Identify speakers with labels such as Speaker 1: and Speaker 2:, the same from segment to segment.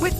Speaker 1: With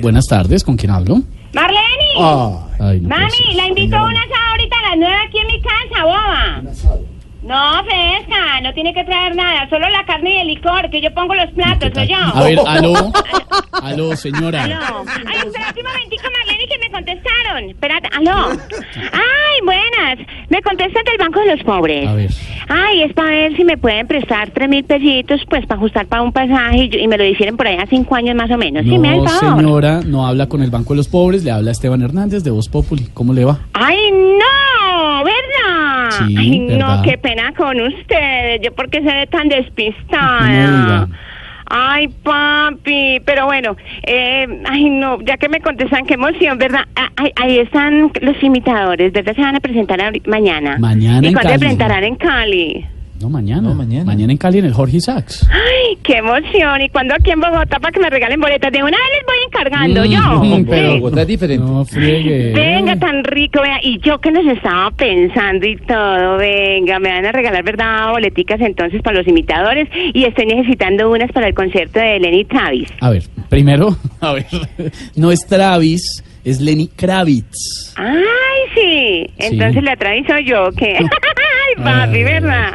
Speaker 2: Buenas tardes, ¿con quién hablo?
Speaker 3: Marleni,
Speaker 2: Ay, Ah, no puede
Speaker 3: mami,
Speaker 2: ser.
Speaker 3: la invito a un asado ahorita a las nueve aquí en mi casa, boba. No, fresca, no tiene que traer nada, solo la carne y el licor, que yo pongo los platos, soy yo.
Speaker 2: A ver, aló, aló, señora.
Speaker 3: Aló. Ay, espérate un momentico, Marleni, que me contestaron. Espérate, aló. Ay, buenas. Me contestan del Banco de los Pobres.
Speaker 2: A ver.
Speaker 3: Ay, es para ver si me pueden prestar tres mil pesitos, pues, para ajustar para un pasaje y, yo- y me lo hicieron por allá cinco años más o menos. ¿Sí me da el
Speaker 2: No,
Speaker 3: favor?
Speaker 2: señora, no habla con el Banco de los Pobres, le habla Esteban Hernández de Voz Populi. ¿Cómo le va?
Speaker 3: Ay, no, ¿verdad?
Speaker 2: Sí,
Speaker 3: Ay,
Speaker 2: ¿verdad?
Speaker 3: no, qué pena con ustedes. Yo porque seré tan
Speaker 2: No diga.
Speaker 3: despistada. Ay, papi, pero bueno, eh, ay, no, ya que me contestan, qué emoción, ¿verdad? Ah, ay, ahí están los imitadores, ¿verdad? Se van a presentar ahori- mañana.
Speaker 2: Mañana
Speaker 3: ¿Y
Speaker 2: en
Speaker 3: cuándo se
Speaker 2: Cali.
Speaker 3: presentarán en Cali?
Speaker 2: No, mañana.
Speaker 4: No, mañana.
Speaker 2: en Cali en el Jorge Sachs.
Speaker 3: Ay, qué emoción. ¿Y cuándo aquí en Bogotá para que me regalen boletas? De una vez les voy encargando yo.
Speaker 2: Mm,
Speaker 4: Pero Bogotá es diferente.
Speaker 2: No, friegue.
Speaker 3: Venga, tan rico, vea. Y yo que los estaba pensando y todo, venga, me van a regalar, ¿verdad? Boleticas entonces para los imitadores y estoy necesitando unas para el concierto de Lenny Travis.
Speaker 2: A ver, primero, a ver, no es Travis, es Lenny Kravitz.
Speaker 3: Ay, sí. Entonces la Travis soy yo, ¿qué? Ay, papi,
Speaker 2: Ay.
Speaker 3: ¿verdad?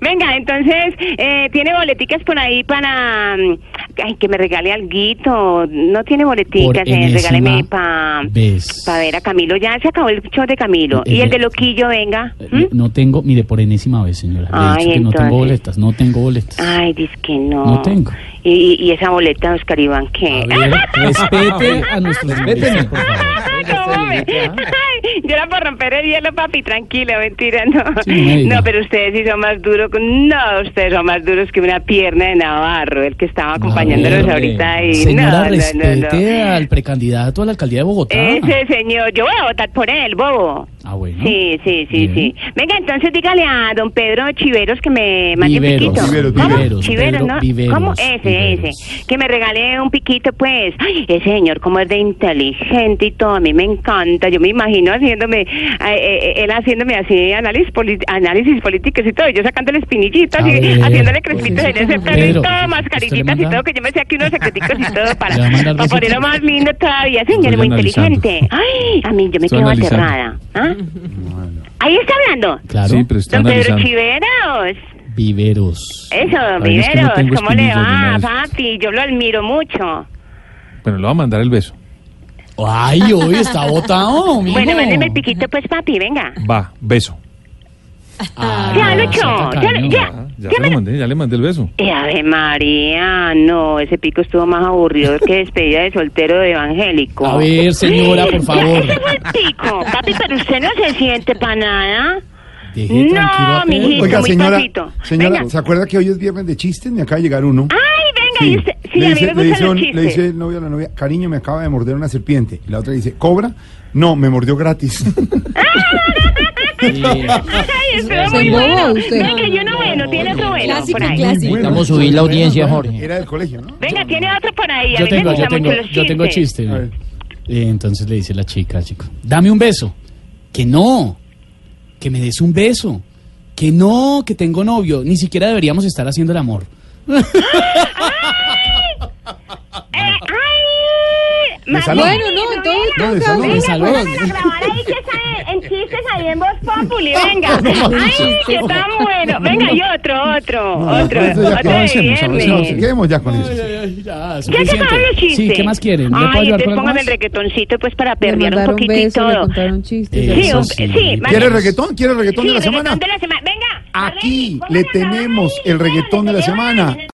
Speaker 3: Venga, entonces, eh, ¿tiene boleticas por ahí para... mm, Ay, que me regale alguito. No tiene boleticas, eh,
Speaker 2: enésima
Speaker 3: regáleme para...
Speaker 2: vez.
Speaker 3: Para ver a Camilo. Ya se acabó el show de Camilo.
Speaker 2: Eh,
Speaker 3: y el de
Speaker 2: eh,
Speaker 3: Loquillo, venga.
Speaker 2: Eh,
Speaker 3: ¿Mm?
Speaker 2: No tengo, mire, por enésima vez, señora. Le he
Speaker 3: Ay,
Speaker 2: dicho que no tengo
Speaker 3: entonces.
Speaker 2: boletas, no tengo boletas.
Speaker 3: Ay, dice que no.
Speaker 2: No tengo.
Speaker 3: Y, y- y esa boleta de Oscar Iván, ¿qué?
Speaker 2: A ver, respete a nuestros
Speaker 4: Respéteme.
Speaker 2: invitados, por favor.
Speaker 3: No, hombre. Ay, yo era por romper el hielo, papi, tranquilo, mentira, no.
Speaker 2: Sí, me diga.
Speaker 3: no, pero ustedes sí son más duros. con- No, ustedes son más duros que una pierna de Navarro, el que estaba acompañándonos
Speaker 4: hombre.
Speaker 3: ahorita. Y...
Speaker 2: Señora,
Speaker 3: no, no, no, no.
Speaker 2: respete al Ah. precandidato a la alcaldía de Bogotá.
Speaker 3: Ese señor, yo voy a votar por él, bobo.
Speaker 2: Ah, bueno.
Speaker 3: Sí, sí, sí,
Speaker 2: Bien.
Speaker 3: sí. Venga, entonces dígale a don Pedro Chiveros que me mande un
Speaker 2: Viveros,
Speaker 3: piquito.
Speaker 5: Viveros,
Speaker 3: ¿Cómo?
Speaker 2: Viveros,
Speaker 3: Chiveros,
Speaker 2: Pedro
Speaker 3: ¿no?
Speaker 2: Viveros,
Speaker 3: ¿Cómo? Ese,
Speaker 2: Viveros.
Speaker 3: ese. Que me regale un piquito, pues. Ay, ese señor como es de inteligente y todo, a mí me encanta. Yo me imagino haciéndome, eh, eh, él haciéndome así análisis, poli- análisis políticos y todo, y yo sacándole espinillitas
Speaker 2: A
Speaker 3: y
Speaker 2: ver, pues,
Speaker 3: haciéndole crespitos en ese pelo y
Speaker 2: Pedro,
Speaker 3: todo,
Speaker 2: usted le
Speaker 3: mascarillitas y
Speaker 2: manda-
Speaker 3: todo, que yo me sé aquí unos secreticos y todo para,
Speaker 2: Le va a mandar
Speaker 3: para ponerlo
Speaker 2: recetas.
Speaker 3: más lindo todavía. Señor,
Speaker 4: Estoy
Speaker 3: es muy
Speaker 4: analizando.
Speaker 3: inteligente. Ay, a mí yo me
Speaker 4: Estoy
Speaker 3: quedo
Speaker 4: analizando.
Speaker 3: aterrada. ¿Ah? Ahí está hablando.
Speaker 2: Claro.
Speaker 4: Sí, pero está
Speaker 3: Don Pedro
Speaker 4: analizando.
Speaker 3: Chiveros.
Speaker 2: Viveros.
Speaker 3: Eso, don
Speaker 4: Ay, es que no
Speaker 3: Viveros.
Speaker 4: tengo
Speaker 3: ¿Cómo le
Speaker 4: espinillas ni
Speaker 3: va,
Speaker 4: nada de eso.
Speaker 3: papi? Yo lo admiro mucho.
Speaker 4: Bueno, le voy a mandar el beso.
Speaker 2: Ay, hoy está botado, mijo.
Speaker 3: Bueno, mándeme el piquito, pues, papi, venga.
Speaker 4: Va, beso.
Speaker 2: Ah,
Speaker 3: Ya lo he hecho,
Speaker 2: sea
Speaker 3: ya lo-
Speaker 2: tacaño.
Speaker 3: ya.
Speaker 4: Ah, ya
Speaker 3: ¿Qué
Speaker 4: le
Speaker 3: me-
Speaker 4: mandé, ya le mandé el beso.
Speaker 3: Eh, Ave María, no, ese pico estuvo más aburrido que despedida de soltero de evangélico.
Speaker 2: A ver, señora, por favor.
Speaker 3: Ya, ese fue el pico. Papi, pero usted no se siente para nada.
Speaker 2: Deje tranquilo a
Speaker 3: No,
Speaker 2: Pedro.
Speaker 3: mijito,
Speaker 6: Oiga,
Speaker 3: muy
Speaker 6: señora,
Speaker 3: papito.
Speaker 6: señora,
Speaker 3: Venga.
Speaker 6: ¿se acuerda que hoy es viernes de chistes? Me acaba de llegar uno.
Speaker 3: Ay, venga, y usted, sí,
Speaker 6: le,
Speaker 3: a mí
Speaker 6: dice,
Speaker 3: me
Speaker 6: le dice
Speaker 3: gustan los
Speaker 6: un- le
Speaker 3: chistes.
Speaker 6: dice el novio a la novia, cariño, me acaba de morder una serpiente. Y la otra dice, ¿cobra? No, me mordió gratis.
Speaker 3: Ay, estuvo
Speaker 7: Se
Speaker 3: muy
Speaker 7: embobó
Speaker 3: bueno.
Speaker 7: usted.
Speaker 3: Venga, y uno bueno, tiene otro bueno.
Speaker 7: Clásico,
Speaker 3: por ahí.
Speaker 7: clásico.
Speaker 6: Bueno,
Speaker 2: eh,
Speaker 4: Vamos a subir la
Speaker 6: bueno,
Speaker 4: audiencia,
Speaker 6: bueno.
Speaker 4: Jorge.
Speaker 6: Era del colegio, ¿no?
Speaker 3: Venga, tiene otro por ahí. A
Speaker 2: eh, Yo
Speaker 3: mí me
Speaker 2: tengo, yo
Speaker 3: gustan
Speaker 2: tengo,
Speaker 3: mucho los
Speaker 2: yo tengo
Speaker 3: chistes.
Speaker 2: chiste.
Speaker 6: A ver.
Speaker 2: Eh, entonces le dice la chica, chico, dame un beso. Que no, que me des un beso. Que no, que tengo novio. Ni siquiera deberíamos estar haciendo el amor.
Speaker 3: Eh, ¡Ay!
Speaker 6: Me saló.
Speaker 3: María,
Speaker 7: Bueno, no, entonces
Speaker 6: No, de
Speaker 7: toca-
Speaker 6: salón.
Speaker 2: Me
Speaker 3: Venga,
Speaker 2: saló.
Speaker 3: pónganmela a grabar ahí que sale en chistes ahí en Voz Populi, venga. Ay, que está bueno. Venga, y otro, otro,
Speaker 6: No,
Speaker 3: otro,
Speaker 6: eso Ah, ya
Speaker 3: otro de
Speaker 6: avancemos, avancemos.
Speaker 3: viernes.
Speaker 6: Quedemos ya con eso.
Speaker 3: Ya se acabaron los chistes.
Speaker 2: Sí, ¿qué más quieren? ¿Le puedo
Speaker 3: Ay,
Speaker 2: ayudar
Speaker 3: entonces
Speaker 2: con algo
Speaker 3: pongan el
Speaker 2: más?
Speaker 3: reggaetoncito pues para
Speaker 7: Le
Speaker 3: perder un
Speaker 7: mandaron
Speaker 3: poquito y
Speaker 7: besos, le
Speaker 3: todo.
Speaker 7: contaron chistes.
Speaker 2: Eh,
Speaker 3: Sí,
Speaker 2: Eso
Speaker 3: un-
Speaker 2: sí.
Speaker 3: sí, más-
Speaker 6: ¿Quiere reggaetón? ¿Quiere reggaetón
Speaker 3: Sí,
Speaker 6: de la semana?
Speaker 3: reggaetón de la sema- Venga.
Speaker 6: Aquí
Speaker 3: Marlene,
Speaker 6: le
Speaker 3: póngala a grabar
Speaker 6: tenemos
Speaker 3: ahí,
Speaker 6: el reggaetón de la
Speaker 3: póngala,
Speaker 6: semana.